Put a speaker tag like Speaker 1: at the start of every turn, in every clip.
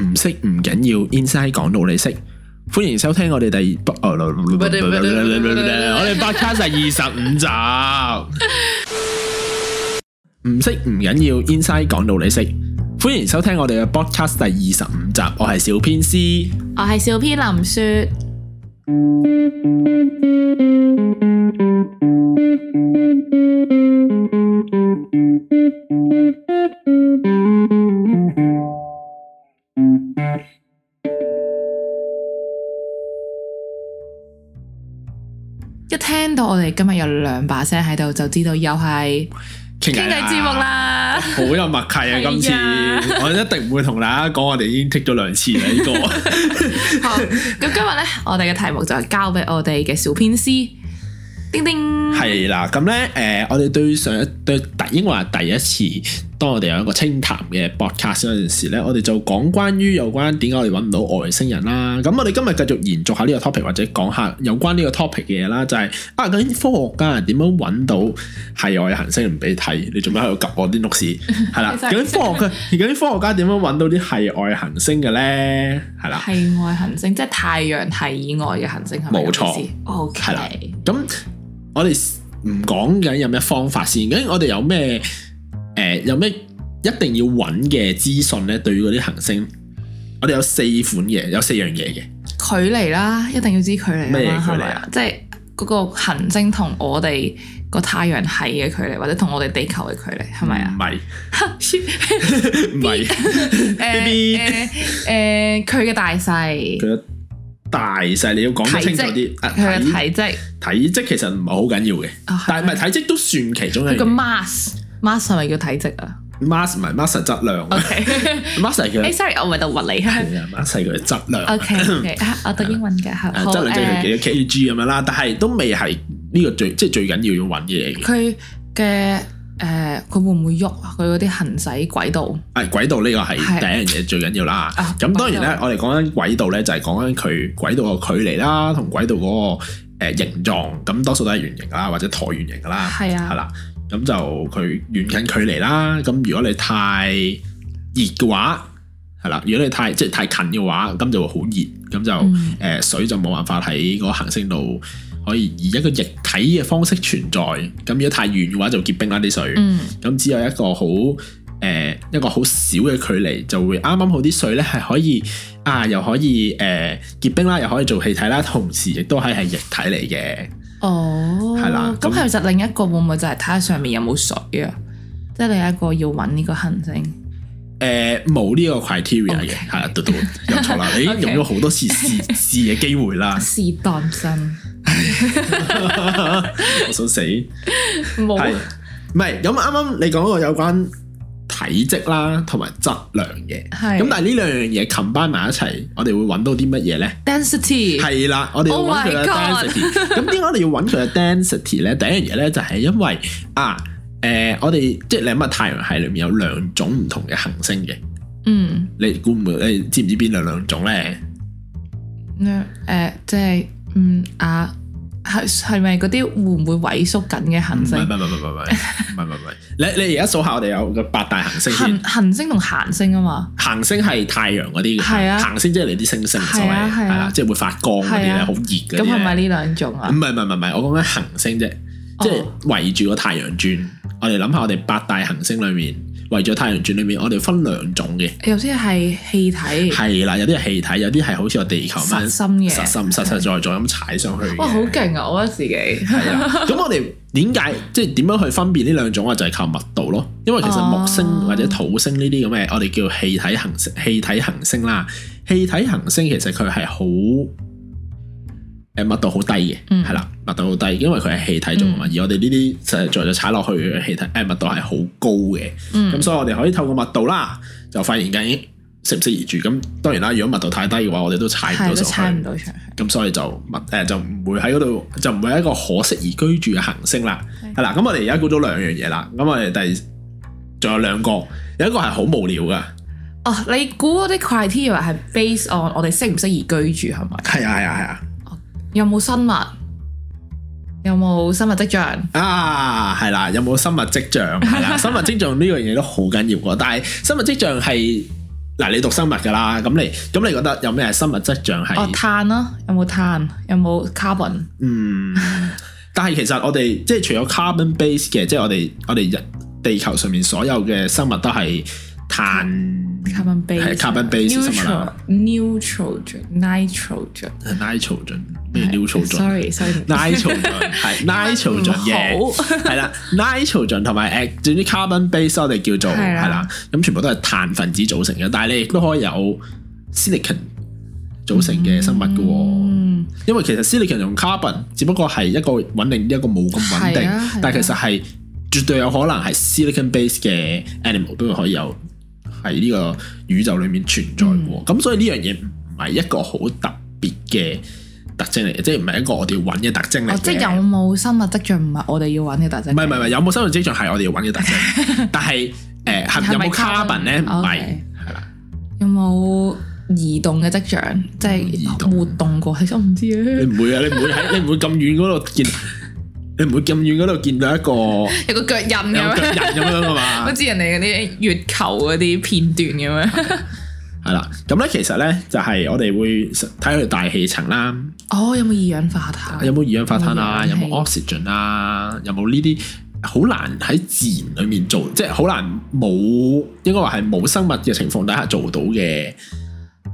Speaker 1: 唔識唔緊要，Inside 講到你識。歡迎收聽我哋第八，我哋 podcast 係二十五集。唔識唔緊要，Inside 講到你識。歡迎收聽我哋嘅 podcast 第二十五集，我係小編 C。
Speaker 2: 我係小編林雪，一聽到我哋今日有兩把聲喺度，就知道又係
Speaker 1: 傾
Speaker 2: 傾偈節目，啦。
Speaker 1: 好有默契啊！今次
Speaker 2: 係啊
Speaker 1: 我一定唔會同大家講，我哋已經剔咗兩次啦呢個。
Speaker 2: 好，咁今日呢，我哋嘅題目就係交俾我哋嘅小編師，叮叮，
Speaker 1: 係啦，咁咧，誒、我哋對上一對第應該話第一次，當我哋有一個清談嘅 podcast 嗰陣時咧，我哋就講關於有關點解我哋揾唔到外星人啦。咁我哋今日繼續延續下呢個 topic，或者講下有關呢個 topic 嘅嘢啦，就係、啊，究竟科學家係點樣揾到係外行星唔俾睇？你做咩喺度及我啲 notes？係啦，
Speaker 2: 其實
Speaker 1: 究竟科學家，究竟科學家點樣揾到啲係外行星嘅咧？係啦。
Speaker 2: 係外行星，即係太陽系以外嘅行星，係咪
Speaker 1: 冇錯
Speaker 2: ，O
Speaker 1: 係啦
Speaker 2: K，
Speaker 1: 咁我哋唔講緊有咩方法先，究竟我哋有咩誒、呃有咩一定要揾嘅資訊咧？對於嗰啲行星，我哋有四款嘢，有四樣嘢嘅。
Speaker 2: 距離啦，一定要知距離
Speaker 1: 咩
Speaker 2: 啦，
Speaker 1: 距
Speaker 2: 係
Speaker 1: 離
Speaker 2: 咪
Speaker 1: 啊
Speaker 2: 啊？即係嗰個行星同我哋個太陽系嘅距離，或者同我哋地球嘅距離，係咪啊
Speaker 1: 唔？係，唔係
Speaker 2: 誒
Speaker 1: ，B
Speaker 2: 誒誒，佢嘅大細，
Speaker 1: 佢嘅大細，你要講得
Speaker 2: 體
Speaker 1: 清楚
Speaker 2: 積，
Speaker 1: 啲。啊
Speaker 2: 佢嘅體積，
Speaker 1: 體體積其實唔係好緊要嘅，
Speaker 2: 啊係
Speaker 1: 但係唔係體積都算其中一
Speaker 2: 佢
Speaker 1: 樣
Speaker 2: 個
Speaker 1: 嘢。
Speaker 2: mass，mass 係咪叫體積 啊
Speaker 1: mass 唔係 mass 係質量
Speaker 2: ？OK，
Speaker 1: ，mass 係
Speaker 2: 誒
Speaker 1: 佢
Speaker 2: ，sorry，我唔係讀 物理啊。
Speaker 1: 嘅 mass 係佢嘅質量。
Speaker 2: OK OK，我讀英文嘅，
Speaker 1: 誒
Speaker 2: 好
Speaker 1: 質量即係
Speaker 2: 誒
Speaker 1: 幾多 kg 咁樣啦，但係都未係呢個最即係最緊要要揾嘅嘢嘅。
Speaker 2: 佢嘅誒，佢會唔會喐啊？佢嗰啲行駛軌道
Speaker 1: 誒軌啊道呢個係
Speaker 2: 係
Speaker 1: 第一樣嘢最緊要啦
Speaker 2: 啊。
Speaker 1: 咁當然咧，我哋講緊軌道咧，就係講緊佢軌道個距離啦，同軌道嗰個誒形狀。咁多數都係圓形啦，或者橢圓形噶啦，
Speaker 2: 係啊
Speaker 1: 係啦。咁就佢遠近距離啦。咁如果你太熱嘅話，係啦。如果你太即係太近嘅話，咁就會好熱，咁就誒、
Speaker 2: 嗯
Speaker 1: 呃水就冇辦法喺嗰個行星度可以以一個液體嘅方式存在。咁如果太遠嘅話，就結冰啦啲水。
Speaker 2: 嗯
Speaker 1: 咁只有一個好誒、呃一個好少嘅距離，就會啱啱好啲水咧係可以啊，又可以誒、呃、結冰啦，又可以做氣體啦，同時亦都係係液體嚟嘅。
Speaker 2: 哦，
Speaker 1: 係啦
Speaker 2: 咁
Speaker 1: 咁
Speaker 2: 其實另一個會唔會就係睇下上面有冇水啊？即係另一個要揾呢個行星，
Speaker 1: 誒呃冇呢個 criteria 嘅，
Speaker 2: OK
Speaker 1: 係啦，啊嘟嘟有錯啦，你已經
Speaker 2: OK
Speaker 1: 用咗好多次試試嘅機會 啦，
Speaker 2: 啊是當真
Speaker 1: 我想死係
Speaker 2: 冇
Speaker 1: 唔係？咁啱啱你講過有關體積啦，同埋質量嘅，
Speaker 2: 係
Speaker 1: 咁但係呢兩樣嘢 combine 埋一齊，我哋會揾到啲乜嘢咧？
Speaker 2: density
Speaker 1: 係啦，我哋要
Speaker 2: Oh
Speaker 1: 揾
Speaker 2: my
Speaker 1: 佢嘅
Speaker 2: God
Speaker 1: density。咁點解我哋要揾佢嘅 density 咧？第一樣嘢咧就係因為啊，誒、我哋即係你諗下太陽系裏面有兩種唔同嘅行星嘅，
Speaker 2: 嗯
Speaker 1: 你估唔估？你知唔知邊兩兩種咧？
Speaker 2: 誒、嗯呃即係嗯啊係係咪嗰啲會唔會萎縮緊嘅
Speaker 1: 唔
Speaker 2: 行
Speaker 1: 係唔
Speaker 2: 星？
Speaker 1: 係唔係唔係唔係唔係唔係唔係，你你而家數下我哋有個八大行星先
Speaker 2: 行，行星同行星啊嘛，
Speaker 1: 行星係太陽嗰啲嘅，
Speaker 2: 係啊
Speaker 1: 行星即係你啲星星所謂
Speaker 2: 係啊係啊
Speaker 1: 啦，即係會發光嗰啲
Speaker 2: 係
Speaker 1: 咧，
Speaker 2: 啊
Speaker 1: 好熱嗰啲
Speaker 2: 咁係咪
Speaker 1: 咧。
Speaker 2: 呢兩種啊
Speaker 1: 唔？係唔係唔係唔係，我講緊行星啫，嗯即係
Speaker 2: 哦
Speaker 1: 圍住個太陽轉。我哋諗下，我哋八大行星裏面，圍住個太陽轉裏面，我哋分兩種嘅，
Speaker 2: 有啲係氣體，
Speaker 1: 係啦，有啲係氣體，有啲係好似個地球咁樣
Speaker 2: 嗯實心嘅
Speaker 1: 實心實實在在咁踩上去嘅。
Speaker 2: 哇，好勁啊！我覺得自己
Speaker 1: 係 啦，咁我哋點解即係點樣去分辨呢兩種啊？就係、靠密度咯，因為其實木星
Speaker 2: 哦
Speaker 1: 或者土星呢啲咁嘅，我哋叫氣體行星、氣體行星啦。氣體行星其實佢係好誒密度好低嘅，
Speaker 2: 嗯
Speaker 1: 係啦、密度好低，因為佢係氣體做嘛。而我哋呢啲實實在在踩落去嘅氣體，誒密度係好高嘅，咁、
Speaker 2: 嗯
Speaker 1: 所以我哋可以透過密度啦，就發現緊適唔適宜住。咁當然啦，如果密度太低嘅話，我哋都踩唔到
Speaker 2: 係都猜
Speaker 1: 上去
Speaker 2: 唔。到上去。
Speaker 1: 咁所以就物誒、就唔會喺嗰度，就唔會係一個可適宜居住嘅行星啦。
Speaker 2: 係
Speaker 1: 係啦，咁我哋而家估咗兩樣嘢啦。咁我哋第仲有兩個，有一個係好無聊噶，
Speaker 2: 哦，你估嗰啲 criteria 係 based on 我哋適唔適宜居住係咪？
Speaker 1: 係啊係啊係啊，
Speaker 2: 有冇生物？有冇生物跡象？
Speaker 1: 啊係啦，有 冇生物跡象？係啦，生物跡象呢樣嘢都好緊要喎。但係生物跡象係嗱，你讀生物㗎啦，咁你咁你覺得有咩生物質象係？
Speaker 2: 哦，碳啦，有冇碳？有冇 carbon？
Speaker 1: 嗯，但係其實我哋即係除咗 carbon base 嘅，即係我哋我哋人地球上面所有嘅生物都係碳
Speaker 2: carbon base
Speaker 1: 係 carbon base 啊嘅生物
Speaker 2: neutral
Speaker 1: 啦
Speaker 2: nitrogen nitrogen
Speaker 1: ，nitrogen 咩 nitrogen？
Speaker 2: 哎 sorry sorry
Speaker 1: nitrogen 係嗯 nitrogen
Speaker 2: 唔
Speaker 1: 嘅，
Speaker 2: 好
Speaker 1: 係啦，nitrogen 同埋誒，總之 carbon base 我哋叫做
Speaker 2: 係啦
Speaker 1: 係啦，咁全部都係碳分子組成嘅，但係你亦都可以有 silicon 組成嘅生物嘅喎，
Speaker 2: 嗯
Speaker 1: 因為其實 silicon 同 carbon 只不過係一個穩定啲，一個冇咁穩定
Speaker 2: 係啊係啊，
Speaker 1: 但係其實係絕對有可能係 silicon base 嘅 animal 都可以有喺呢個宇宙裡面存在嘅喎，咁所以呢樣嘢唔係一個好特別嘅。特徵嚟嘅，即係唔係一個我哋要揾嘅特徵嚟嘅。
Speaker 2: 哦，即係有冇生物跡象唔係我哋要揾嘅特徵？
Speaker 1: 唔係唔係唔係，有冇生物跡象係我哋要揾嘅 特徵，但係誒係有
Speaker 2: 係咪
Speaker 1: 冇 carbon 咧？唔
Speaker 2: carbon？
Speaker 1: 係
Speaker 2: OK
Speaker 1: 係啦，
Speaker 2: 有冇移動嘅跡象？即
Speaker 1: 移
Speaker 2: 係
Speaker 1: 動
Speaker 2: 活動過？其實我唔知
Speaker 1: 你
Speaker 2: 啊。
Speaker 1: 唔會啊，你唔會 喺你唔會咁遠嗰度見，你唔會咁遠嗰度見到一個
Speaker 2: 有個腳印咁
Speaker 1: 有腳
Speaker 2: 樣，
Speaker 1: 印咁樣噶嘛
Speaker 2: 好？似人哋嗰啲月球嗰啲片段 咁樣。
Speaker 1: 係啦，咁咧其實咧就係我哋會睇佢大氣層啦，
Speaker 2: 哦，有冇二氧化碳？
Speaker 1: 有冇二氧化碳啊，有
Speaker 2: 有冇
Speaker 1: 冇 oxygen 啊，有冇呢啲？好難喺自然裡面做，即係好難冇應該話係冇生物嘅情況底下做到嘅。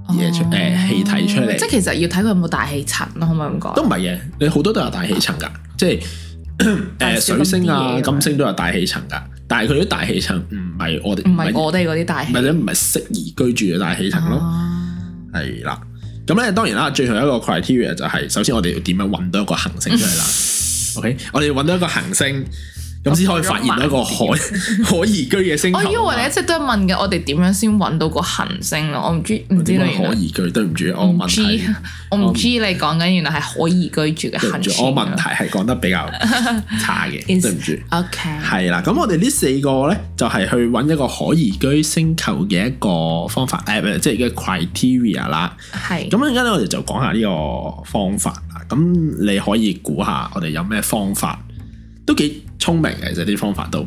Speaker 1: 嘢出
Speaker 2: 哦
Speaker 1: 誒氣體出嚟
Speaker 2: 即係其實要睇佢有冇大氣層咯，可唔可以咁
Speaker 1: 都
Speaker 2: 講？
Speaker 1: 唔係嘅，你好多都有大氣層噶，即係
Speaker 2: 但
Speaker 1: 誒
Speaker 2: 係少
Speaker 1: 水星
Speaker 2: 咁啲
Speaker 1: 啊、
Speaker 2: 嘢㗎嘛
Speaker 1: 金星都有大氣層噶，但係佢啲大氣層唔係我哋
Speaker 2: 唔係我哋嗰啲大
Speaker 1: 唔
Speaker 2: 氣
Speaker 1: 係你唔係適宜居住嘅大氣層咯，
Speaker 2: 哦
Speaker 1: 係啦。咁咧當然啦，最後一個 criteria 就係首先我哋要點樣揾到一個行星出嚟 啦。OK，我哋要揾到一個行星，咁先可以發現到一個可可宜居嘅星球
Speaker 2: 我
Speaker 1: 啊嘛。
Speaker 2: 以哦為你一直都係問嘅，我哋點樣先揾到個行星咯？我唔知唔知
Speaker 1: 點
Speaker 2: 道
Speaker 1: 樣
Speaker 2: 原
Speaker 1: 可
Speaker 2: 來
Speaker 1: 宜居？對唔住，我
Speaker 2: 唔
Speaker 1: 問
Speaker 2: 知
Speaker 1: 題，
Speaker 2: 我唔知你講緊原來係可以居住嘅
Speaker 1: 對唔
Speaker 2: 行
Speaker 1: 住，
Speaker 2: 星
Speaker 1: 我
Speaker 2: 啊。
Speaker 1: 問題係講得比 較差嘅，對
Speaker 2: Is-
Speaker 1: 唔住。
Speaker 2: OK，
Speaker 1: 係啦，咁我哋呢四個咧就係、去揾一個可宜居星球嘅一個方法，誒、呃、即係嘅 criteria 啦。
Speaker 2: 係
Speaker 1: 咁陣間咧，我哋就講下呢個方法啦。咁你可以估下我哋有咩方法，都幾聰明嘅，其實啲方法都，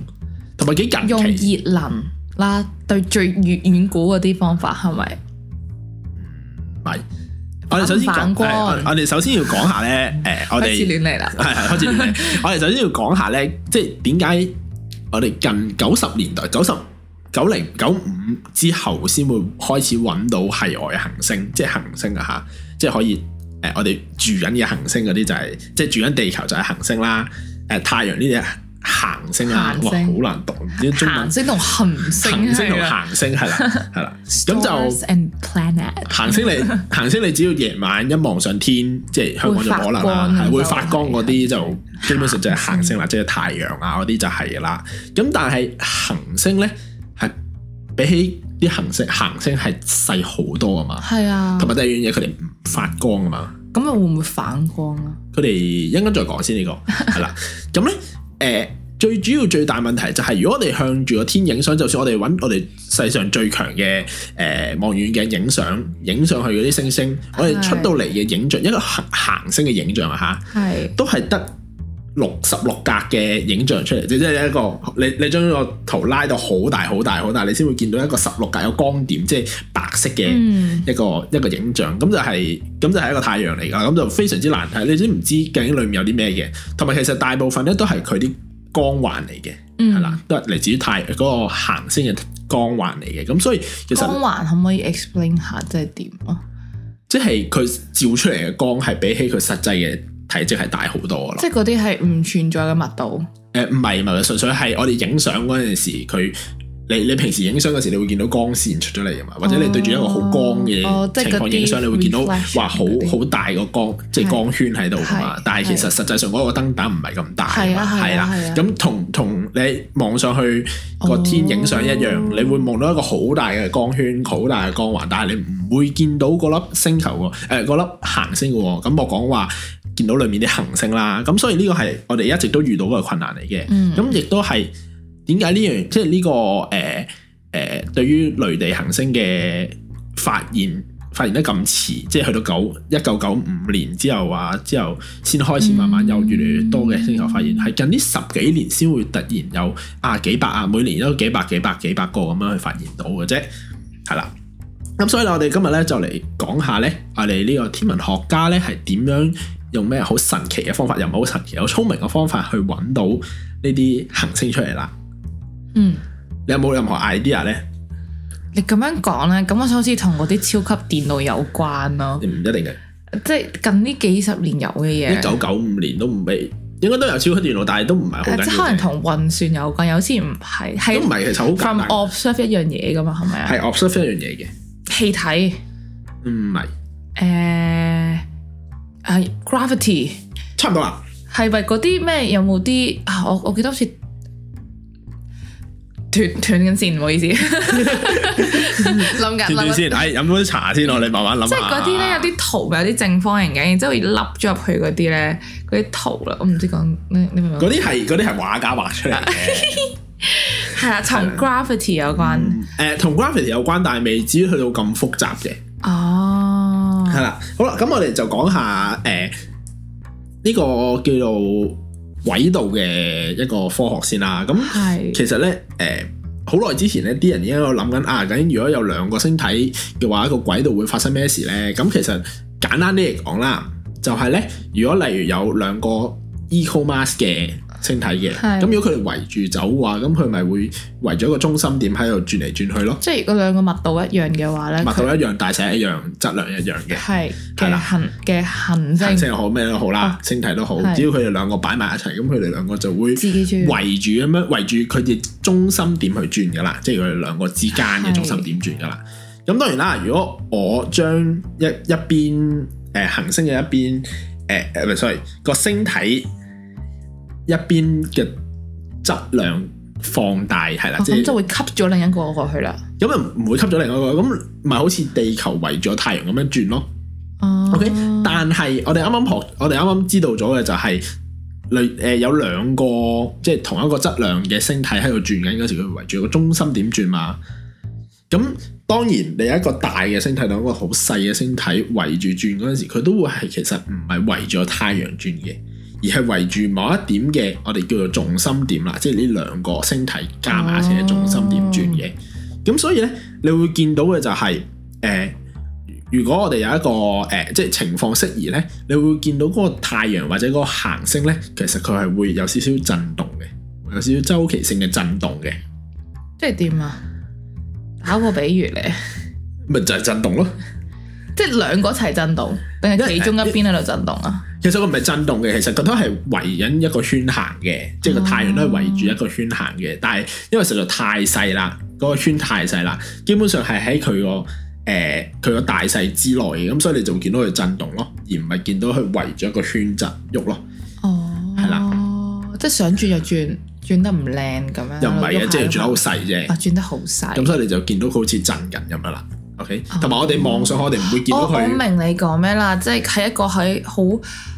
Speaker 1: 同埋幾
Speaker 2: 用
Speaker 1: 近期。
Speaker 2: 熱能啦，對最遠遠古嗰啲方法係咪？
Speaker 1: 唔係，我哋首先
Speaker 2: 反
Speaker 1: 講，
Speaker 2: 光
Speaker 1: 呃我我哋首先要講下咧，誒、我
Speaker 2: 開始
Speaker 1: 哋
Speaker 2: 亂嚟啦。
Speaker 1: 係係開始亂嚟。我哋首先要講下咧，即係點解我哋近九十年代、九十九零九五之後先會開始揾到系外行星，即係行星啊嚇，即係可以誒、呃我哋住緊嘅行星嗰啲就係、即係住緊地球就係行星啦，誒、太陽呢啲係行星啊，
Speaker 2: 行
Speaker 1: 哇
Speaker 2: 星
Speaker 1: 好難讀，唔知中文
Speaker 2: 行星同行星
Speaker 1: 行星同
Speaker 2: 係啊
Speaker 1: 行星係啦係啦，咁就
Speaker 2: Stars。and planet
Speaker 1: 行星你 行星你只要夜晚一望上天，即係香港就冇可能啦，係會
Speaker 2: 會
Speaker 1: 發
Speaker 2: 發
Speaker 1: 光
Speaker 2: 光
Speaker 1: 嗰
Speaker 2: 咁就係
Speaker 1: 啲就基本上就係行星啦，即係太陽啊嗰啲就係啦。咁但係行星咧係比起啲行星，行星係細好多啊嘛，
Speaker 2: 係啊，
Speaker 1: 同埋第二樣嘢佢哋唔發光啊嘛，
Speaker 2: 咁咪會唔會反光啊？
Speaker 1: 佢哋一陣間再講先呢個係啦。咁咧誒最主要最大問題就係如果我哋向住個天影相，就算我哋揾我哋世上最強嘅誒望遠鏡影相，影上去嗰啲星星，我哋出到嚟嘅影像，一個行行星嘅影像啊嚇。
Speaker 2: 係
Speaker 1: 都係得六十六格嘅影像出嚟，即係一個你你將個圖拉到好大好大好大，你先會見到一個十六格有光點，即係白色嘅
Speaker 2: 嗯
Speaker 1: 一個、一個影像。咁就係、咁就係一個太陽嚟㗎，咁就非常之難睇。你都唔知究竟裡面有啲咩嘅，同埋其實大部分咧都係佢啲光環嚟嘅，
Speaker 2: 嗯
Speaker 1: 係啦、都係嚟自於太嗰、個行星嘅光環嚟嘅。咁所以其實
Speaker 2: 光環可唔可以 explain 下即係點啊？
Speaker 1: 即係佢照出嚟嘅光係比起佢實際嘅體積係大好多㗎咯。
Speaker 2: 即係嗰啲係唔存在嘅密度。
Speaker 1: 誒呃唔係唔係，純粹係我哋影相嗰陣時，佢你你平時影相嗰時，你會見到光線出咗嚟㗎嘛，或者你對住一個好光嘅
Speaker 2: 哦即係
Speaker 1: 情況
Speaker 2: 嗰啲
Speaker 1: 影相，你會見到
Speaker 2: reflection
Speaker 1: 哇好
Speaker 2: 嗰啲
Speaker 1: 好大個光，即係
Speaker 2: 係
Speaker 1: 光圈喺度㗎嘛
Speaker 2: 係。
Speaker 1: 但係其實實際上嗰個燈膽唔係咁大㗎嘛，
Speaker 2: 係啊係啊
Speaker 1: 係啦
Speaker 2: 係啊。
Speaker 1: 咁同同你望上去個天影相一樣，
Speaker 2: 哦
Speaker 1: 你會望到一個好大嘅光圈，好大嘅光環，但係你唔會見到嗰粒星球喎，誒嗰粒行星嘅喎。咁我講話。見到裏面啲行星啦，咁所以呢個係我哋一直都遇到嘅困難嚟嘅。
Speaker 2: 嗯
Speaker 1: 咁亦都係點解呢樣即係呢個誒誒、呃對於雷地行星嘅發現發現得咁遲，即係去到九一九九五年之後啊，之後先開始慢慢有越嚟越多嘅星球發現，係、近呢十幾年先會突然有啊幾百啊，每年都幾百幾百幾百個咁樣去發現到嘅啫，係啦。咁所以呢我哋今日咧就嚟講下咧，我哋呢個天文學家咧係點樣用咩好神奇嘅方法，又唔係好神奇，好聰明嘅方法去揾到呢啲行星出嚟啦。
Speaker 2: 嗯，
Speaker 1: 你有冇任何 idea 咧？
Speaker 2: 你咁樣講咧，咁我好似同嗰啲超級電腦有關咯，
Speaker 1: 唔一定嘅，
Speaker 2: 即係近呢幾十年有嘅嘢。
Speaker 1: 一九九五年都唔未，應該都有超級電腦，但係都唔係好
Speaker 2: 啊
Speaker 1: 緊
Speaker 2: 誒即係
Speaker 1: 要
Speaker 2: 可能
Speaker 1: 嘅，
Speaker 2: 同運算有關，有啲唔係，
Speaker 1: 都唔
Speaker 2: 係
Speaker 1: 係其實好簡
Speaker 2: from
Speaker 1: 單，
Speaker 2: observe 一樣嘢噶嘛，係咪啊？
Speaker 1: 係 observe 一樣嘢嘅，
Speaker 2: 氣體誒
Speaker 1: 唔係
Speaker 2: 係 gravity
Speaker 1: 差唔多啦。
Speaker 2: 係咪嗰啲咩？有冇啲啊？我我記得好似斷斷緊線，唔好 意思，諗
Speaker 1: 轉
Speaker 2: 緊
Speaker 1: 轉
Speaker 2: 啊諗緊。
Speaker 1: 先，唉，飲杯茶先，我哋慢慢諗
Speaker 2: 即
Speaker 1: 下。
Speaker 2: 係嗰啲咧，有啲圖咪有啲正方形嘅，然之後會凹咗入去嗰啲咧，嗰啲圖啦，我唔知講你你明唔明？
Speaker 1: 嗰啲係嗰啲係畫家畫出嚟 嘅，嗯
Speaker 2: 係啦，同 gravity 有關。
Speaker 1: 誒同 gravity 有關，但係未至於去到咁複雜嘅。
Speaker 2: 哦，
Speaker 1: 係啦，好啦，咁我哋就講下誒呢個叫做軌道嘅一個科學先啦。咁
Speaker 2: 係
Speaker 1: 其實咧誒好耐之前咧，啲人已經喺度諗緊啊，究竟如果有兩個星體嘅話，個軌道會發生咩事咧？咁其實簡單啲嚟講啦，就係咧，如果例如有兩個 equal mass 嘅星體嘅，
Speaker 2: 係
Speaker 1: 咁如果佢哋圍住走嘅話，咁佢咪會圍咗一個中心點喺度轉嚟轉去咯，
Speaker 2: 即係如果兩個密度一樣嘅話咧，
Speaker 1: 密度
Speaker 2: 佢
Speaker 1: 一樣，大細一樣，質量一樣嘅。
Speaker 2: 係
Speaker 1: 係啦
Speaker 2: 嘅行嘅行
Speaker 1: 行
Speaker 2: 星
Speaker 1: 星又好咩都好啦，星體都好，
Speaker 2: 啊係
Speaker 1: 只要佢哋兩個擺埋一齊，咁佢哋兩個就會
Speaker 2: 自己轉
Speaker 1: 圍住咁樣圍住佢哋中心點去轉噶啦，即係佢哋兩個之間嘅中心點轉噶啦。咁當然啦，如果我將一一邊誒、呃行星嘅一邊誒誒唔係 sorry 個星體一邊嘅質量放大係啦，
Speaker 2: 哦
Speaker 1: 即
Speaker 2: 咁
Speaker 1: 係
Speaker 2: 就會吸咗另一個過去啦。
Speaker 1: 咁啊唔會吸咗另外一個，咁咪好似地球圍咗太陽咁樣轉咯。
Speaker 2: 哦
Speaker 1: OK，但係我哋啱啱學，我哋啱啱知道咗嘅就係、類誒、有兩個即係同一個質量嘅星體喺度轉緊嗰時，佢圍住個中心點轉嘛。咁當然你有一個大嘅星體同一個好細嘅星體圍住轉嗰陣時，佢都會係其實唔係圍住個太陽轉嘅，而係圍住某一點嘅我哋叫做重心點啦，即係呢兩個星體加埋一齊嘅重心點轉嘅。咁所以咧，你會見到嘅就係、呃如果我哋有一個誒、呃即係情況適宜咧，你會見到嗰個太陽或者嗰個行星咧，其實佢係會有少少震動嘅，會有少少周期性嘅震動嘅，
Speaker 2: 即係點啊？打個比喻咧，
Speaker 1: 咪就係震動咯。
Speaker 2: 即係兩個一齊震動，定係其
Speaker 1: 呃
Speaker 2: 中一邊喺度震動啊？
Speaker 1: 其實佢唔係震動嘅，其實佢都係圍緊一個圈行嘅，即係個太陽都係圍住一個圈行嘅。但係因為實在太細啦，嗰、個圈太細啦，基本上係喺佢個誒佢個大細之內嘅，咁所以你就會見到佢震動咯，而唔係見到佢圍住一個圈震喐咯。
Speaker 2: 哦，
Speaker 1: 係啦，
Speaker 2: 即係想轉就轉，轉得唔靚咁樣，
Speaker 1: 又唔係嘅，即係轉得好
Speaker 2: 細
Speaker 1: 細啫
Speaker 2: 啊，。轉得好細。
Speaker 1: 咁所以你就見到佢好似震緊咁樣啦。OK，
Speaker 2: 哦
Speaker 1: 同埋我哋望上去，我哋唔會見到
Speaker 2: 我哦我
Speaker 1: 佢。
Speaker 2: 明你講咩啦，即係喺一個喺好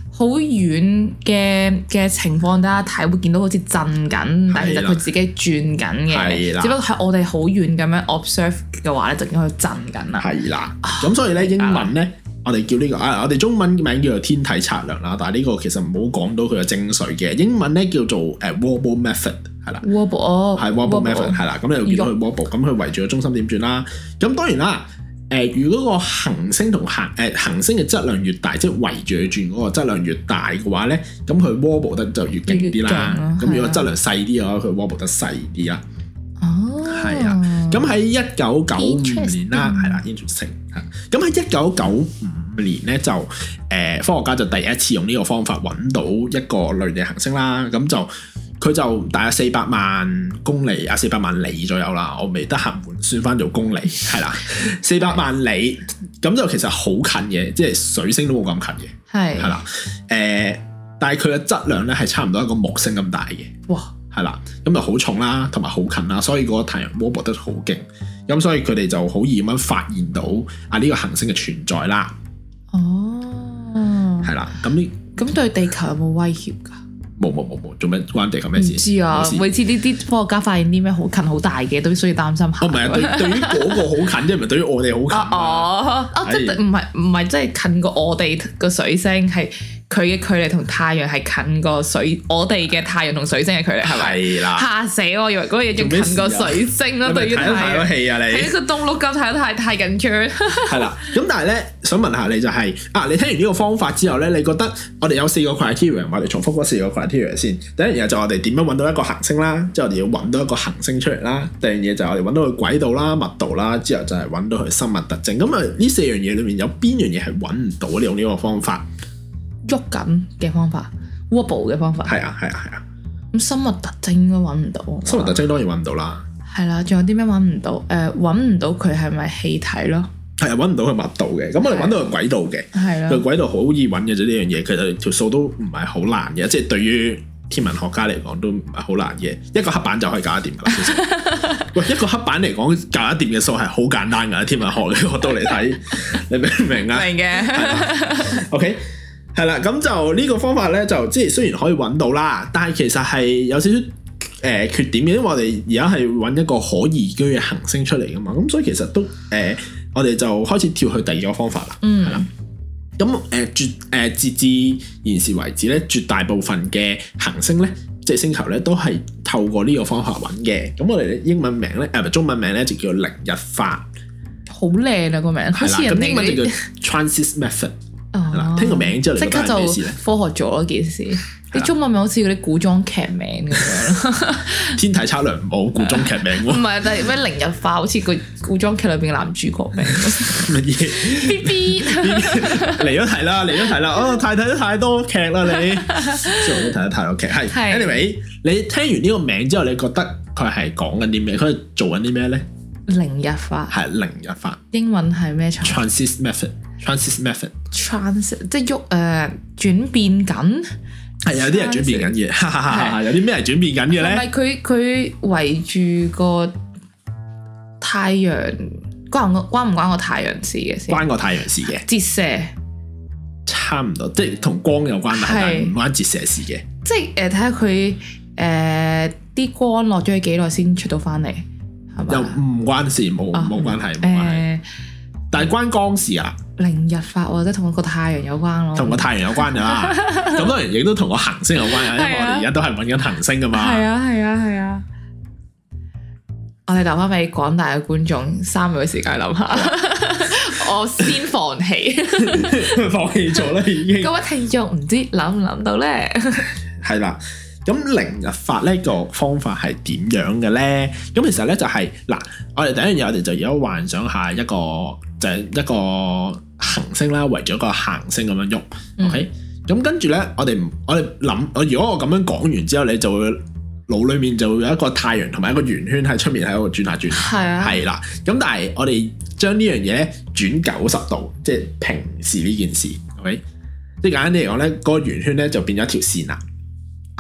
Speaker 2: 好遠嘅嘅情況底下睇，會見到好似震緊，但係其
Speaker 1: 係
Speaker 2: 實
Speaker 1: 啦
Speaker 2: 佢自己轉緊嘅，
Speaker 1: 係啦
Speaker 2: 只不過係我哋好遠咁樣 observe 嘅話咧，就見到佢震緊啦。
Speaker 1: 係啦，咁所以咧英文咧，我哋叫呢個啊，我哋中文名叫做天體測量啦，但係呢個其實唔好講到佢嘅精髓嘅。英文咧叫做誒 wobble method 係啦。
Speaker 2: Wobble 哦
Speaker 1: 係 wobble method 係啦，咁你就見到佢
Speaker 2: 喐
Speaker 1: wobble，咁佢圍住個中心點轉啦。咁當然啦，誒、如果個行星同行誒、行星嘅質量越大，即係圍住佢轉嗰個質量越大嘅話咧，咁佢 wobble 得就越勁啲
Speaker 2: 越勁
Speaker 1: 啦
Speaker 2: 啦。
Speaker 1: 咁如果
Speaker 2: 係啊
Speaker 1: 質量細啲嘅話，佢 wobble 得細啲啦。
Speaker 2: 哦，
Speaker 1: 係啊，咁喺一九九五年啦，
Speaker 2: Interesting
Speaker 1: 係啦，interesting 嚇。咁喺一九九五年咧就誒、科學家就第一次用呢個方法揾到一個類地行星啦，咁就。佢就大約四百萬公里啊，四百萬里左右啦，我未得閒換算翻做公里，係啦，四百萬里，咁就其實好近嘅，即係水星都冇咁近嘅，
Speaker 2: 係
Speaker 1: 係啦，誒、但係佢嘅質量咧係差唔多一個木星咁大嘅。
Speaker 2: 哇，
Speaker 1: 係啦，咁就好重啦，同埋好近啦，所以嗰個太陽 wobble 得好勁，咁所以佢哋就好易咁樣發現到啊呢個行星嘅存在啦，
Speaker 2: 哦，
Speaker 1: 係啦，咁呢
Speaker 2: 咁對地球有冇威脅㗎？
Speaker 1: 冇冇冇冇，做咩關地球咩
Speaker 2: 唔
Speaker 1: 事？
Speaker 2: 知啊
Speaker 1: 冇，事
Speaker 2: 每次呢啲科學家發現啲咩好近好大嘅，都需要擔心下
Speaker 1: 哦，唔。係啊，對對於嗰個好近，即係唔係對於我哋好近
Speaker 2: 啊
Speaker 1: 啊？
Speaker 2: 哦，哦，即係
Speaker 1: 係
Speaker 2: 唔係唔係，即係近過我哋個水星，係佢嘅距離同太陽係近過水，我哋嘅太陽同水星嘅距離係咪？
Speaker 1: 係啦，
Speaker 2: 嚇死我！以為嗰個嘢仲
Speaker 1: 做咩
Speaker 2: 近過
Speaker 1: 事啊
Speaker 2: 水星啦，
Speaker 1: 你咪
Speaker 2: 啊對於
Speaker 1: 睇咗
Speaker 2: 太
Speaker 1: 太多
Speaker 2: 陽。
Speaker 1: 戲啊你
Speaker 2: 係一。個東碌咁睇得太太緊張，
Speaker 1: 係啦，咁但係咧，想問下你就係、啊，你聽完呢個方法之後咧，你覺得我哋有四個 criteria，我哋重複嗰四個 criteria 先。第一樣嘢就我哋點樣揾到一個行星啦，之後我哋要揾到一個行星出嚟啦。第二樣嘢就我哋揾到佢軌道啦、密度啦，之後就係揾到佢生物特徵。咁啊，呢四樣嘢裏面有邊樣嘢係揾唔到你用呢個方法？
Speaker 2: 喐緊嘅方法，wobble 嘅方法，
Speaker 1: 係啊，係啊，係啊，
Speaker 2: 咁生物特徵應該揾唔到。啊
Speaker 1: 生物特徵當然揾唔到啦，
Speaker 2: 係啦，仲有啲咩揾唔到？誒揾唔到佢係咪氣體咯？
Speaker 1: 係啊，揾唔到佢密度嘅。咁我哋揾到佢軌道嘅。
Speaker 2: 係
Speaker 1: 佢
Speaker 2: 啦，
Speaker 1: 軌道好易揾嘅啫，呢樣嘢其實條數都唔係好難嘅，即係對於天文學家嚟講都唔係好難嘅，一個黑板就可以搞得掂㗎啦。其實喂，一個黑板嚟講搞得掂嘅數係好簡單㗎，天文學嘅角度嚟睇，你明唔明啊
Speaker 2: 明嘅。
Speaker 1: ？OK。係啦，咁就呢個方法咧，就即係雖然可以揾到啦，但係其實係有少少誒、呃缺點嘅，因為我哋而家係揾一個可移居嘅行星出嚟噶嘛，咁所以其實都誒、呃我哋就開始跳去第二個方法啦。係啦
Speaker 2: 嗯，
Speaker 1: 咁誒、呃、絕誒、呃截至現時為止咧，絕大部分嘅行星咧，即係星球咧，都係透過呢個方法揾嘅。咁我哋英文名咧，誒、唔係中文名咧就叫凌日法，
Speaker 2: 好靚啊個名，好
Speaker 1: 係啦。
Speaker 2: 似人
Speaker 1: 咁
Speaker 2: 哋
Speaker 1: 英文就
Speaker 2: 嗰
Speaker 1: 叫
Speaker 2: 啲
Speaker 1: transit method，係啦
Speaker 2: 哦。
Speaker 1: 聽個名之後你
Speaker 2: 即
Speaker 1: 覺得
Speaker 2: 刻就
Speaker 1: 係咩事咧？
Speaker 2: 科學咗咯件事。啲中文名好似嗰啲古裝劇名咁 樣咯，
Speaker 1: 天體測量冇古裝劇名
Speaker 2: 唔
Speaker 1: 喎，
Speaker 2: 係，但係咩凌日化好似個古裝劇裏邊嘅男主角 名 咁
Speaker 1: 乜嘢
Speaker 2: ，B B
Speaker 1: 嚟咗題啦，嚟咗題啦， 哦，太睇得太多劇啦你，即係我都睇得太多劇，係
Speaker 2: 係
Speaker 1: anyway，你聽完呢個名之後，你覺得佢係講緊啲咩？佢係做緊啲咩咧？
Speaker 2: 凌日化，
Speaker 1: 係凌日法
Speaker 2: 英文係咩
Speaker 1: （transit method），transit method
Speaker 2: ？trans 即係喐誒轉變緊，
Speaker 1: 係有啲人轉變緊嘅，哈哈哈哈有啲咩人轉變緊嘅
Speaker 2: 唔
Speaker 1: 咧？
Speaker 2: 係佢佢圍住個太陽關唔關唔關個太陽事嘅先？
Speaker 1: 關個太陽事嘅，
Speaker 2: 折射。
Speaker 1: 差唔多，即係同光有關，但係
Speaker 2: 係
Speaker 1: 唔關折射事嘅。
Speaker 2: 即係誒睇下佢誒啲光落咗去幾耐先出到翻嚟，係
Speaker 1: 又
Speaker 2: 嘛？
Speaker 1: 唔關事，冇
Speaker 2: 啊
Speaker 1: 冇關係，冇關係。
Speaker 2: 誒
Speaker 1: 但係關光事啊，
Speaker 2: 凌日法或者同個太陽有關咯，
Speaker 1: 同個太陽有關㗎啦。咁當然亦都同個行星有關啊，因為
Speaker 2: 哦係
Speaker 1: 我
Speaker 2: 啊
Speaker 1: 哋而家都係揾緊行星㗎
Speaker 2: 係
Speaker 1: 嘛。
Speaker 2: 啊係啊係啊！我哋留翻俾廣大嘅觀眾三秒嘅時間 諗下，我先放棄。
Speaker 1: 放棄咗啦，已經
Speaker 2: 各。位聽眾唔知諗唔諗到咧？
Speaker 1: 係啦。咁凌日法呢個方法係點樣嘅咧？咁其實咧就係、嗱，我哋第一樣嘢，我哋就而家幻想下一個就係、一個行星啦，圍住一個行星咁樣喐。
Speaker 2: 嗯
Speaker 1: OK，咁跟住咧，我哋唔我哋諗，我如果我咁樣講完之後，你就會腦裡面就會有一個太陽同埋一個圓圈喺出面喺度轉下轉下。
Speaker 2: 係啊，
Speaker 1: 係啦，咁但係我哋將呢樣嘢咧轉九十度，即係平視呢件事，OK？即係簡單啲嚟講咧，嗰、個圓圈咧就變咗一條線啦，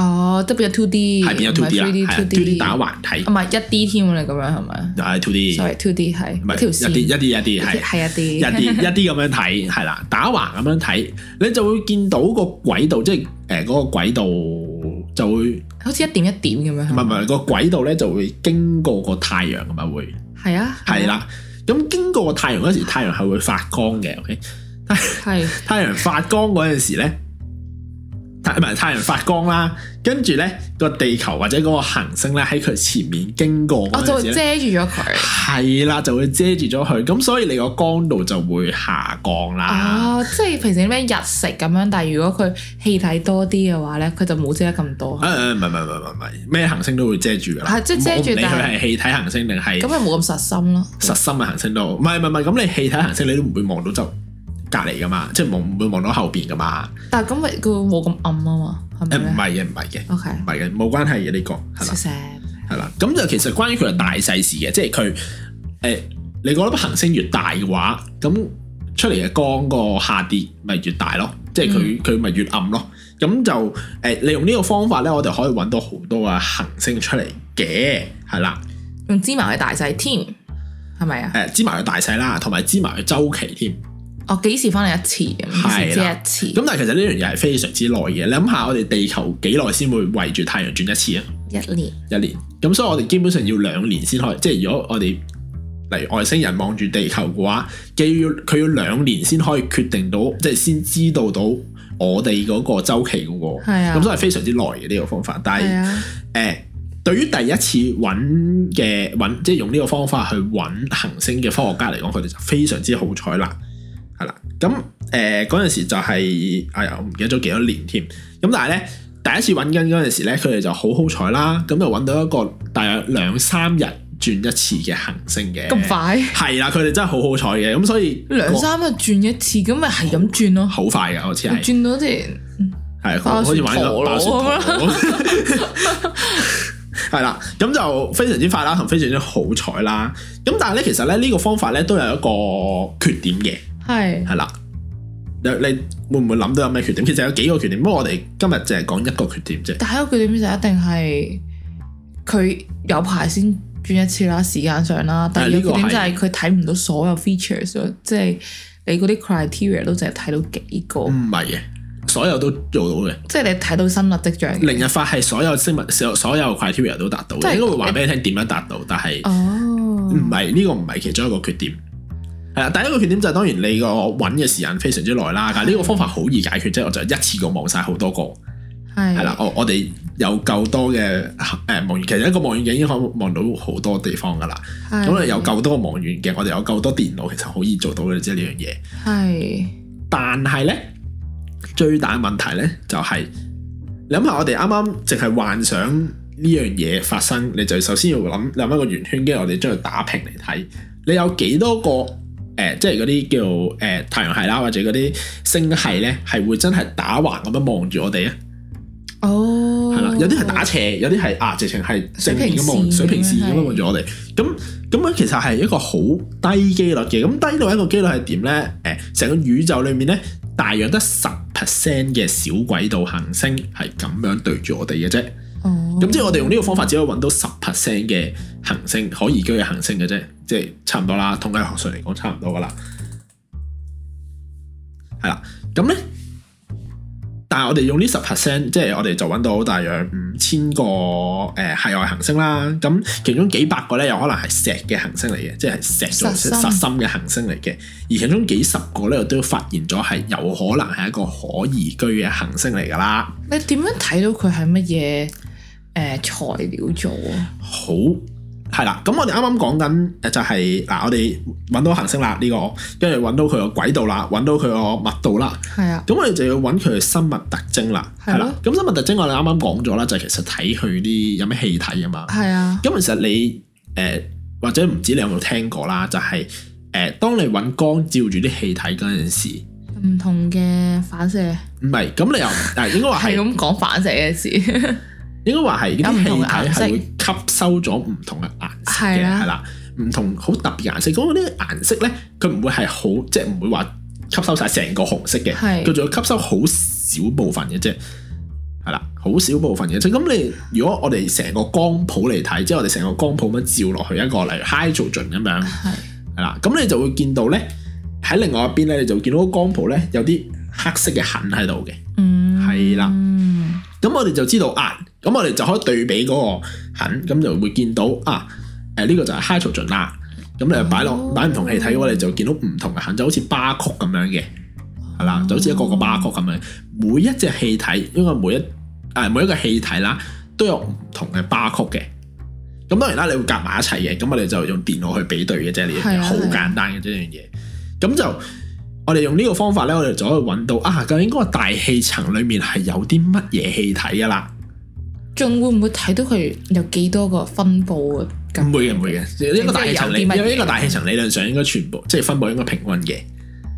Speaker 2: 哦，都變咗 Ờ, two D，Ờ,
Speaker 1: 係變咗 two D 啦，係 two D à? 打橫睇
Speaker 2: 唔，係一 D 添喎，你咁樣係咪
Speaker 1: 又係 two D，
Speaker 2: ？sorry two D 係
Speaker 1: 唔
Speaker 2: 一
Speaker 1: 係
Speaker 2: 條線，
Speaker 1: 一啲一啲一啲係
Speaker 2: 係一
Speaker 1: 一
Speaker 2: D，
Speaker 1: 啲 一啲咁樣睇，係啦，打橫咁樣睇，你就會見到個軌道，即係誒嗰個軌道就會唔
Speaker 2: 好似一點一點咁樣。
Speaker 1: 係唔係個軌道咧就會經過個太陽咁嘛會。
Speaker 2: 係啊，
Speaker 1: 係，啦。咁經過個太陽嗰時，太陽係會發光嘅。OK，
Speaker 2: 係
Speaker 1: 太陽發光嗰陣時咧，太唔係太陽發光啦，跟住咧個地球或者嗰個行星咧喺佢前面經過
Speaker 2: 我
Speaker 1: 嗰
Speaker 2: 就
Speaker 1: 陣
Speaker 2: 會
Speaker 1: 時
Speaker 2: 遮
Speaker 1: 咧，
Speaker 2: 住咗佢。
Speaker 1: 係啦就會遮住咗佢，咁所以你個光度就會下降啦。
Speaker 2: 哦，即係平時啲咩日食咁樣，但係如果佢氣體多啲嘅話咧，佢就冇遮得咁多，
Speaker 1: 誒誒唔係唔係唔係唔係，咩行星都會遮住㗎啦。
Speaker 2: 啊係即係遮住
Speaker 1: 我唔理佢
Speaker 2: 但
Speaker 1: 係氣體行星定係
Speaker 2: 咁咪冇咁實心咯。
Speaker 1: 實心嘅行星都好，唔係唔係唔係，咁你氣體行星你都唔會望到就隔離㗎嘛，即係望唔會望到後邊㗎嘛。
Speaker 2: 但係咁咪佢冇咁暗啊嘛，
Speaker 1: 誒
Speaker 2: 係
Speaker 1: 唔
Speaker 2: 咪咧
Speaker 1: 係嘅，唔係嘅，
Speaker 2: ？OK，
Speaker 1: 唔係嘅，冇關係嘅呢個嗯係
Speaker 2: 少
Speaker 1: 啦，
Speaker 2: 少。
Speaker 1: 係啦。咁就其實關於佢係大細事嘅，即係佢誒，你覺得行星越大嘅話，咁出嚟嘅光個下跌咪越大咯，即係佢佢咪越暗咯。咁就誒、利用呢個方法咧，我哋可以揾到好多嘅行星出嚟嘅，係啦。
Speaker 2: 用芝麻嘅大細添，係咪啊
Speaker 1: 誒、？芝麻嘅大細啦，同埋芝麻嘅周期添。
Speaker 2: 我哦幾時翻嚟一次咁？幾
Speaker 1: 係
Speaker 2: 時
Speaker 1: 啦
Speaker 2: 遮一次？
Speaker 1: 咁但係其實呢樣嘢係非常之耐嘅。你諗下，我哋地球幾耐先會圍住太陽轉一次啊？
Speaker 2: 一年
Speaker 1: 一年。咁所以我哋基本上要兩年先可以，即係如果我哋例如外星人望住地球嘅話，既要佢要兩年先可以決定到，即係先知道到我哋嗰個週期嗰個，
Speaker 2: 係啊
Speaker 1: 咁所以係非常之耐嘅呢個方法。但係
Speaker 2: 係啊，
Speaker 1: 誒，對於第一次揾嘅揾，即係用呢個方法去揾行星嘅科學家嚟講，佢哋就非常之好彩啦，係啦。咁誒嗰陣時就係、哎呀，我唔記得咗幾多年添。咁但係咧，第一次揾緊嗰陣時咧，佢哋就好好彩啦，咁就揾到一個大約兩三日轉一次嘅行星嘅。
Speaker 2: 咁快
Speaker 1: 係啦，佢哋真係好好彩嘅，咁所以
Speaker 2: 兩三日轉一次，咁咪係咁轉咯，
Speaker 1: 好快嘅，好似係
Speaker 2: 轉到啲
Speaker 1: 係
Speaker 2: 爆
Speaker 1: 好似玩
Speaker 2: 旋
Speaker 1: 咗
Speaker 2: 陀螺
Speaker 1: 爆旋陀螺 係啦，咁就非常之快啦，同非常之好彩啦。咁但係咧，其實咧呢個方法咧都有一個缺點嘅，
Speaker 2: 係
Speaker 1: 係啦。你你會唔會諗到有咩缺點？其實有幾個缺點，不過我哋今日淨係講一個缺點啫。
Speaker 2: 但係一個缺點就一定係佢有排先轉一次啦，時間上啦。第二
Speaker 1: 係
Speaker 2: 個缺
Speaker 1: 呢個
Speaker 2: 點就係佢睇唔到所有 features 咯，即係你嗰啲 criteria 都淨係睇到幾個，
Speaker 1: 唔係嘅，所有都做到嘅。
Speaker 2: 即係你睇到生物跡象嘅。
Speaker 1: 凌日法係所有生物、所有所有 criteria 都達到
Speaker 2: 即係
Speaker 1: 嘅，應該會話俾你聽點樣達到，但係。
Speaker 2: 哦，
Speaker 1: 唔係呢個唔係其中一個缺點。係啦，第一個缺點就係當然你個揾嘅時間非常之耐啦，但係呢個方法好易解決啫，我就一次過望晒好多個。
Speaker 2: 係
Speaker 1: 係啦，，我我哋有夠多嘅誒望遠鏡，一個望遠鏡已經可以望到好多地方噶啦。
Speaker 2: 係
Speaker 1: 咁你有夠多個望遠鏡，我哋有夠多電腦，其實好易做到嘅啫呢樣嘢。
Speaker 2: 係
Speaker 1: 但係咧，最大問題咧就係、你諗下，我哋啱啱淨係幻想呢樣嘢發生，你就首先要諗諗一個圓圈，跟住我哋將佢打平嚟睇，你有幾多個誒、呃即係嗰啲叫誒、呃太陽系啦，或者嗰啲星系咧，係會真係打橫咁樣望住我哋啊？
Speaker 2: 哦，
Speaker 1: 係啦、有啲係打斜，有啲係啊，直情係正面咁望
Speaker 2: 水
Speaker 1: 水
Speaker 2: 平
Speaker 1: 平
Speaker 2: 線
Speaker 1: 線咁樣
Speaker 2: 係
Speaker 1: 望住我哋。咁咁樣其實係一個好低機率嘅。咁低到一個機率係點咧？誒、成個宇宙裏面咧，大約得十 percent 嘅小軌道行星係咁樣對住我哋嘅啫。
Speaker 2: 哦，
Speaker 1: 咁即係我哋用呢個方法只可以揾到十 percent 嘅行星可宜居嘅行星嘅啫，即係差唔多啦，統計學上嚟講差唔多噶啦。係啦，咁咧，但係我哋用呢十 percent，即係我哋就揾到大約五千個誒、呃、系外行星啦。咁其中幾百個咧，有可能係石嘅行星嚟嘅，即係石做
Speaker 2: 實心
Speaker 1: 實心嘅行星嚟嘅。而其中幾十個咧，我都發現咗係有可能係一個可宜居嘅行星嚟噶啦。
Speaker 2: 你點樣睇到佢係乜嘢呃誒材料做啊？
Speaker 1: 好係啦，咁我哋啱啱講緊誒就係、嗱，我哋揾到行星啦呢、個，跟住揾到佢個軌道啦，揾到佢個密度啦，
Speaker 2: 係啊，
Speaker 1: 咁我哋就要揾佢嘅生物特徵啦，
Speaker 2: 係咯
Speaker 1: 係啦，咁生物特徵我哋啱啱講咗啦，就係其實睇佢啲有咩氣體啊嘛，
Speaker 2: 係啊，
Speaker 1: 咁其實你誒、呃或者唔知你有冇聽過啦，就係、誒、當你揾光照住啲氣體嗰陣時，
Speaker 2: 唔同嘅反射
Speaker 1: 唔係咁你又誒應該話
Speaker 2: 係
Speaker 1: 係
Speaker 2: 咁講反射嘅事，
Speaker 1: 應該話係
Speaker 2: 有唔
Speaker 1: 啲氣
Speaker 2: 同嘅
Speaker 1: 體
Speaker 2: 顏色
Speaker 1: 係會吸收咗唔同嘅顏色嘅，
Speaker 2: 係啊啦
Speaker 1: 係啦，唔同好特別顏色。咁嗰啲顏色咧，佢唔會係好，即係唔會話吸收晒成個紅色嘅，
Speaker 2: 係
Speaker 1: 佢仲要吸收好少部分嘅啫。係啦，好少部分嘅啫。咁你如果我哋成個光譜嚟睇，即係我哋成個光譜咁樣照落去一個例如 hydrogen 咁樣，
Speaker 2: 係
Speaker 1: 係啦，咁你就會見到咧喺另外一邊咧，你就會見到個光譜咧有啲黑色嘅痕喺度嘅。
Speaker 2: 嗯
Speaker 1: 係啦
Speaker 2: 嗯
Speaker 1: 咁我哋就知道啊，咁我哋就可以對比嗰個痕，咁就會見到啊，誒、呢、個就係 hydrogen 啦。咁你就擺落
Speaker 2: 哦
Speaker 1: 擺唔同氣體嘅話，你就見到唔同嘅痕，就好似巴曲咁樣嘅，係啦，就好似一個個巴曲咁樣。每一隻氣體，因為每一啊每一個氣體啦，都有唔同嘅巴曲嘅。咁當然啦，你會夾埋一齊嘅，咁我哋就用電腦去比對嘅啫，呢樣
Speaker 2: 係
Speaker 1: 嘢
Speaker 2: 啊
Speaker 1: 好
Speaker 2: 係啊
Speaker 1: 簡單嘅啫呢樣嘢。咁就我哋用呢個方法咧，我哋就可以揾到啊，究竟嗰個大氣層裡面係有啲乜嘢氣體噶啦？
Speaker 2: 仲會唔會睇到佢有幾多個分布啊？
Speaker 1: 唔會嘅，唔會嘅。一個大氣層理，
Speaker 2: 即係有啲乜嘢
Speaker 1: 因為一個大氣層理論上應該全部即係分佈應該平均嘅。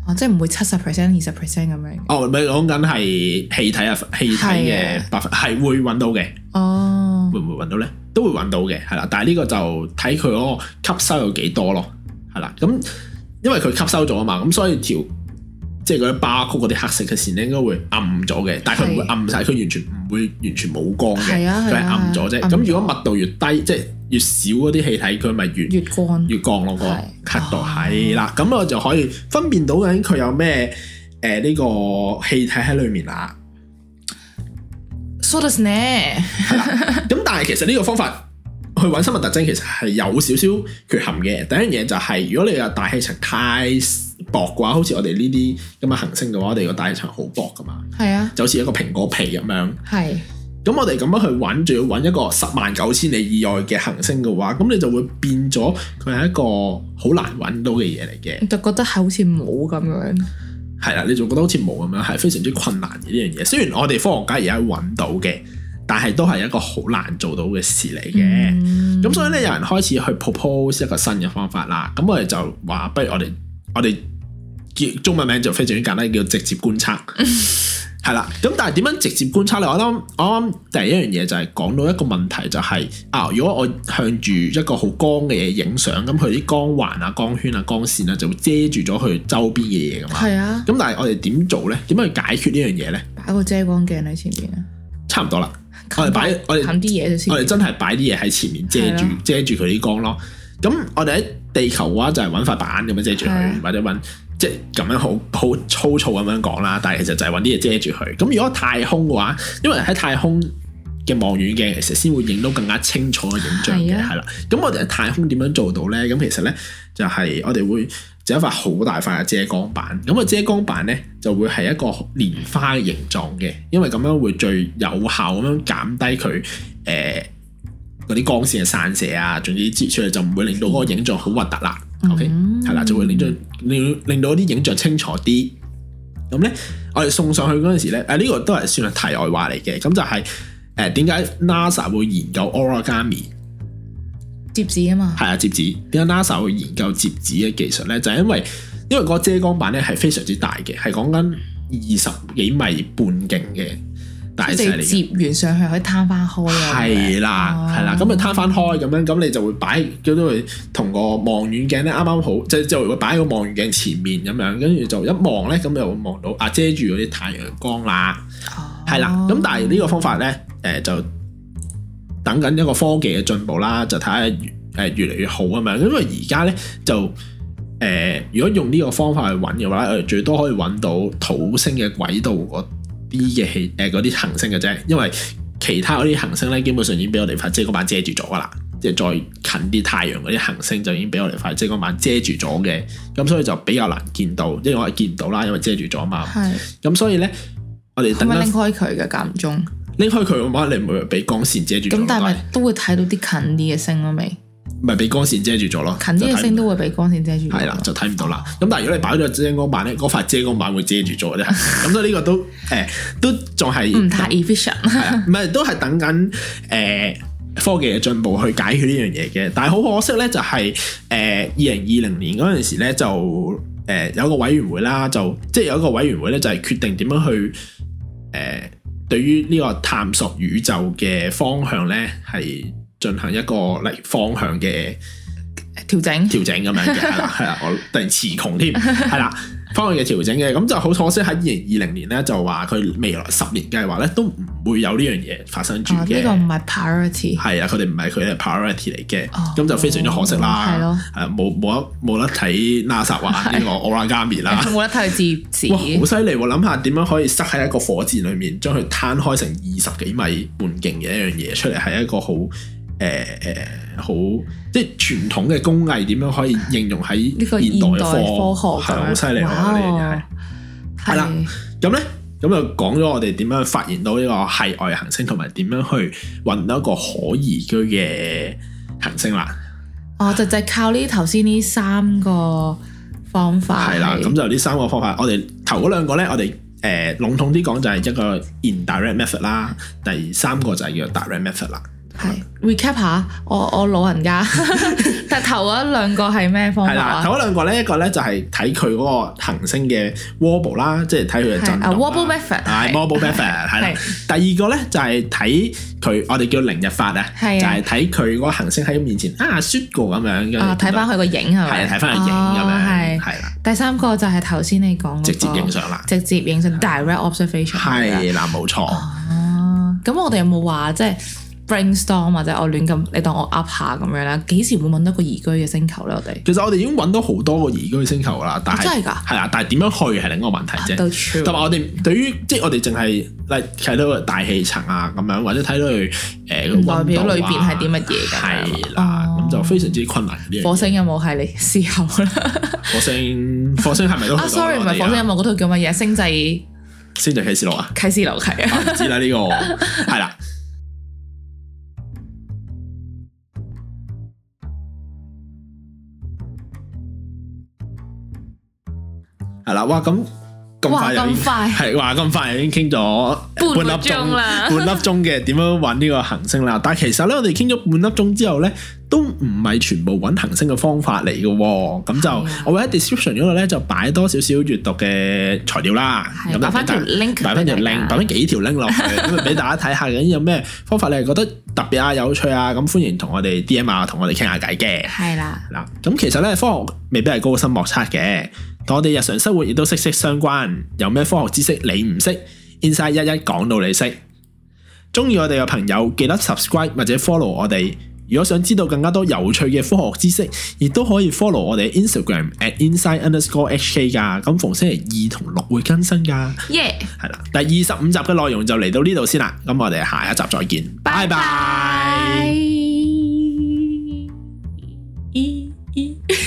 Speaker 2: 哦，即係唔會七十 percent、二十 percent 咁樣嘅。
Speaker 1: 哦，咪講緊係氣體啊，氣體
Speaker 2: 係啊
Speaker 1: 嘅百分係會揾到嘅，
Speaker 2: 哦，
Speaker 1: 會唔會揾到咧？都會揾到嘅，係啦。但係呢個就睇佢嗰個吸收有幾多咯，係啦。咁因為佢吸收咗啊嘛，咁所以條即係嗰啲巴曲嗰啲黑色嘅線咧，應該會暗咗嘅。但係佢唔會
Speaker 2: 係
Speaker 1: 暗晒，佢完全唔會完全冇光嘅，
Speaker 2: 係啊
Speaker 1: 佢係
Speaker 2: 係啊
Speaker 1: 暗咗啫。
Speaker 2: 暗咗
Speaker 1: 咁如果密度越低，即係越少嗰啲氣體，佢咪越
Speaker 2: 月光
Speaker 1: 月降落個
Speaker 2: 係
Speaker 1: 咳度
Speaker 2: 哦
Speaker 1: 係啦，咁我就可以分辨到究竟佢有咩誒呢個氣體喺裡面啦。
Speaker 2: ，so does 呢？
Speaker 1: 咁但係其實呢個方法去揾生物特徵其實係有少少缺陷嘅。第一樣嘢就係、如果你嘅大氣層太薄嘅話，好似我哋呢啲咁嘅行星嘅話，我哋個大氣層好薄噶嘛，
Speaker 2: 係啊，
Speaker 1: 就好似一個蘋果皮咁樣。
Speaker 2: 係
Speaker 1: 咁我哋咁樣去揾，仲要揾一個十萬九千里以外嘅行星嘅話，咁你就會變咗佢係一個好難揾到嘅嘢嚟嘅。
Speaker 2: 就覺得係好似冇咁樣，
Speaker 1: 係啦，你仲覺得好似冇咁樣，係非常之困難嘅呢樣嘢。雖然我哋科學家而家揾到嘅，但係都係一個好難做到嘅事嚟嘅。
Speaker 2: 嗯
Speaker 1: 咁、所以咧，有人開始去 propose 一個新嘅方法啦。咁我哋就話，不如我哋我哋叫中文名就非常之簡單，叫直接觀測。係啦，咁但係點樣直接觀測咧？我諗我諗第一樣嘢就係講到一個問題、就係啊，如果我向住一個好光嘅嘢影相，咁佢啲光環啊、光圈啊、光線啊，就會遮住咗佢周邊嘅嘢噶嘛。
Speaker 2: 係啊，
Speaker 1: 咁但係我哋點做咧？點樣去解決呢樣嘢咧？
Speaker 2: 擺個遮光鏡喺前面啊，
Speaker 1: 差唔多啦，我哋擺我哋
Speaker 2: 近啲嘢就先
Speaker 1: 我，哋真係擺啲嘢喺前面遮住
Speaker 2: 係啊咯
Speaker 1: 遮住佢啲光咯。咁我哋喺地球嘅話就係揾塊板咁樣遮住
Speaker 2: 係啊
Speaker 1: 佢，或者揾即係咁樣好好粗糙咁樣講啦。但係其實就係揾啲嘢遮住佢。咁如果太空嘅話，因為喺太空嘅望遠鏡其實先會影到更加清楚嘅影像嘅，
Speaker 2: 係啊
Speaker 1: 係啦。咁我哋喺太空點樣做到咧？咁其實咧就係我哋會就一塊好大塊嘅遮光板，咁個遮光板咧就會係一個蓮花嘅形狀嘅，因為咁樣會最有效咁樣減低佢誒。呃嗰啲光線嘅散射啊，總之接出嚟就唔會令到嗰個影像好核突啦。OK，
Speaker 2: 嗯
Speaker 1: 係啦，就會令到令令到啲影像清楚啲。咁咧，我哋送上去嗰陣時咧，誒、呢、個都係算係題外話嚟嘅。咁就係誒點解 NASA 會研究 origami
Speaker 2: 摺紙啊嘛，
Speaker 1: 係啊摺紙？點解 NASA 會研究摺紙嘅技術咧？就係、因為因為嗰個遮光板咧係非常之大嘅，係講緊二十幾米半徑嘅大
Speaker 2: 即
Speaker 1: 細嚟
Speaker 2: 係
Speaker 1: 嘅。
Speaker 2: 摺完上去可以攤翻開啊，
Speaker 1: 係啦，
Speaker 2: 哦
Speaker 1: 係啦，咁咪攤翻開咁樣，咁你就會擺叫做佢同個望遠鏡咧，啱啱好，即係就會擺喺個望遠鏡前面咁樣，跟住就一望咧，咁就會望到啊遮住嗰啲太陽光啦，
Speaker 2: 哦
Speaker 1: 係啦，咁但係呢個方法咧，誒就等緊一個科技嘅進步啦，就睇下越誒越嚟越好咁樣，因為而家咧就。誒、如果用呢個方法去揾嘅話，我哋最多可以揾到土星嘅軌道嗰啲嘅氣誒嗰啲行星嘅啫，因為其他嗰啲行星咧，基本上已經俾我哋塊遮光板遮住咗噶啦，即係再近啲太陽嗰啲行星就已經俾我哋塊遮光板遮住咗嘅，咁所以就比較難見到，因為我係見唔到啦，因為遮住咗嘛，
Speaker 2: 哦係
Speaker 1: 咁所以咧，我哋
Speaker 2: 可
Speaker 1: 等
Speaker 2: 唔可以
Speaker 1: 緊
Speaker 2: 拎開佢嘅間唔中？
Speaker 1: 拎開佢嘅話，你唔會俾光線遮住咗
Speaker 2: 咁
Speaker 1: 咯，
Speaker 2: 但係咪都會睇到啲近啲嘅星咯？未
Speaker 1: 咪俾光線遮住咗咯，
Speaker 2: 近啲
Speaker 1: 就
Speaker 2: 嘅
Speaker 1: 睇唔
Speaker 2: 星都會俾光線遮住。哦
Speaker 1: 係啦，就睇唔到啦。咁但係如果你擺咗遮光板咧，嗰塊遮光板會遮住咗 咧。咁所以呢個都誒、都仲係
Speaker 2: 唔嗯太 efficient。
Speaker 1: 係啊唔係都係等緊誒、呃科技嘅進步去解決呢樣嘢嘅。但係好可惜咧，就係誒二零二零年嗰陣時咧就誒、有個委員會啦，就即係有一個委員會咧就係、決定點樣去誒、呃對於呢個探索宇宙嘅方向咧係進行一個例如方向嘅。
Speaker 2: 調整
Speaker 1: 調整咁樣嘅， 係啦，係啦，我突然詞窮添，係啦，方向嘅調整嘅，咁就好可惜喺二零二零年咧，就話佢未來十年計劃咧都唔會有呢樣嘢發生住
Speaker 2: 啊，呢
Speaker 1: 嘅，
Speaker 2: 個唔係 priority。
Speaker 1: 係啊，佢哋唔係佢哋 priority 嚟嘅，
Speaker 2: 哦嗯
Speaker 1: 咁就非常之可惜啦，
Speaker 2: 係咯
Speaker 1: 係啊，冇冇得冇得睇 NASA 玩 呢個 Origami 啦。
Speaker 2: 冇得睇佢
Speaker 1: 啊
Speaker 2: 摺
Speaker 1: 哇，好犀
Speaker 2: 紙，
Speaker 1: 利喎！諗下點樣可以塞喺一個火箭裏面，將佢攤開成二十幾米半徑嘅一樣嘢出嚟，係一個好誒誒好即係傳統嘅工藝點樣可以應用喺
Speaker 2: 呢個現
Speaker 1: 代
Speaker 2: 代
Speaker 1: 嘅
Speaker 2: 科
Speaker 1: 科
Speaker 2: 學
Speaker 1: 係好犀利啊喎！呢樣嘢係係
Speaker 2: 係
Speaker 1: 啦
Speaker 2: 啦，
Speaker 1: 咁咧，咁就講咗我哋點樣發現到呢個係外行星，同埋點樣去揾到一個可宜居嘅行星啦。
Speaker 2: 哦，就就係靠呢頭先呢三個方法
Speaker 1: 係啦，咁就呢三個方法，我哋頭嗰兩個咧，我哋誒、呃、籠統啲講就係一個 indirect method 啦，第三個就係叫 direct method 啦。
Speaker 2: 係 recap 下，我我老 人家，但頭嗰兩個係咩方
Speaker 1: 係
Speaker 2: 法
Speaker 1: 啦，
Speaker 2: 啊？
Speaker 1: 頭嗰兩個咧，一個咧就係睇佢嗰個行星嘅 wobble 啦，即係睇佢嘅震
Speaker 2: 係啊
Speaker 1: 動啦。
Speaker 2: ，wobble method
Speaker 1: 係
Speaker 2: 係
Speaker 1: wobble method 係啦。第二個咧就係睇佢，我哋叫凌日法啊，就
Speaker 2: 係啊
Speaker 1: 係睇佢嗰個行星喺面前啊 shoot 過咁樣跟住
Speaker 2: 啊，睇翻佢個影
Speaker 1: 係
Speaker 2: 係咪？
Speaker 1: 啊睇翻佢影咁
Speaker 2: 哦
Speaker 1: 樣，
Speaker 2: 係
Speaker 1: 係啦，
Speaker 2: 第三個就係頭先你講嗰個
Speaker 1: 直接影相啦，
Speaker 2: 直接哦啊影相 direct observation 係啦
Speaker 1: 係啦，冇錯。
Speaker 2: 哦，咁我哋有冇話即係 brainstorm 或者我亂咁，你當我噏下咁樣啦，幾時會揾到個宜居嘅星球咧？我哋
Speaker 1: 其實我哋已經揾到好多個宜居星球啦，但係
Speaker 2: 哦真係㗎啊
Speaker 1: 係啊，但係點樣去係另一個問題啫。
Speaker 2: 都 true
Speaker 1: 同埋我哋對於即係我哋淨係嚟睇到佢大氣層啊咁樣，或者睇到佢誒
Speaker 2: 唔代表裏邊係啲乜嘢㗎
Speaker 1: 啊係啦，咁就非常之困難呢樣
Speaker 2: 啊火
Speaker 1: 嘢。
Speaker 2: 星有冇係你思考啦？
Speaker 1: 火星火星係 咪都去到
Speaker 2: 啊，sorry，唔係
Speaker 1: 我哋
Speaker 2: 火星有冇嗰套叫乜嘢？星際
Speaker 1: 星際啟示錄啊？
Speaker 2: 啟示錄係啊，
Speaker 1: 唔知啦呢個 係啦。係啦，哇！咁咁
Speaker 2: 哇
Speaker 1: 快就已經
Speaker 2: 咁快
Speaker 1: 係哇！咁快已經傾咗
Speaker 2: 半個
Speaker 1: 粒
Speaker 2: 鐘啦
Speaker 1: 半粒鐘嘅點樣揾呢個行星啦。但係其實咧，我哋傾咗半粒鐘之後咧，都唔係全部揾行星嘅方法嚟嘅喎。咁就
Speaker 2: 係啊
Speaker 1: 我會喺 description 嗰度咧就擺多少少閱讀嘅材料啦。
Speaker 2: 係
Speaker 1: 咁
Speaker 2: 擺翻條
Speaker 1: 就
Speaker 2: link
Speaker 1: 擺翻條
Speaker 2: 俾大
Speaker 1: link，
Speaker 2: 家
Speaker 1: 擺翻幾條 link 落去，咁咪俾大家睇下究竟有咩方法你係覺得特別啊、有趣啊，咁歡迎同我哋 D M 啊，同我哋傾下偈嘅。
Speaker 2: 係啦，
Speaker 1: 嗱，咁其實咧，科學未必係高深莫測嘅，同我哋日常生活亦都息息相關。有咩科學知識你唔識，Inside 一一講到你識。中意我哋嘅朋友記得 subscribe 或者 follow 我哋。如果想知道更加多有趣嘅科學知識，亦都可以 follow 我哋 Instagram at Inside underscore HK 噶。咁逢星期二同六會更新噶。
Speaker 2: 耶！
Speaker 1: 係啦，第二十五集嘅內容就嚟到呢度先啦。咁我哋下一集再見，拜拜。
Speaker 2: 拜。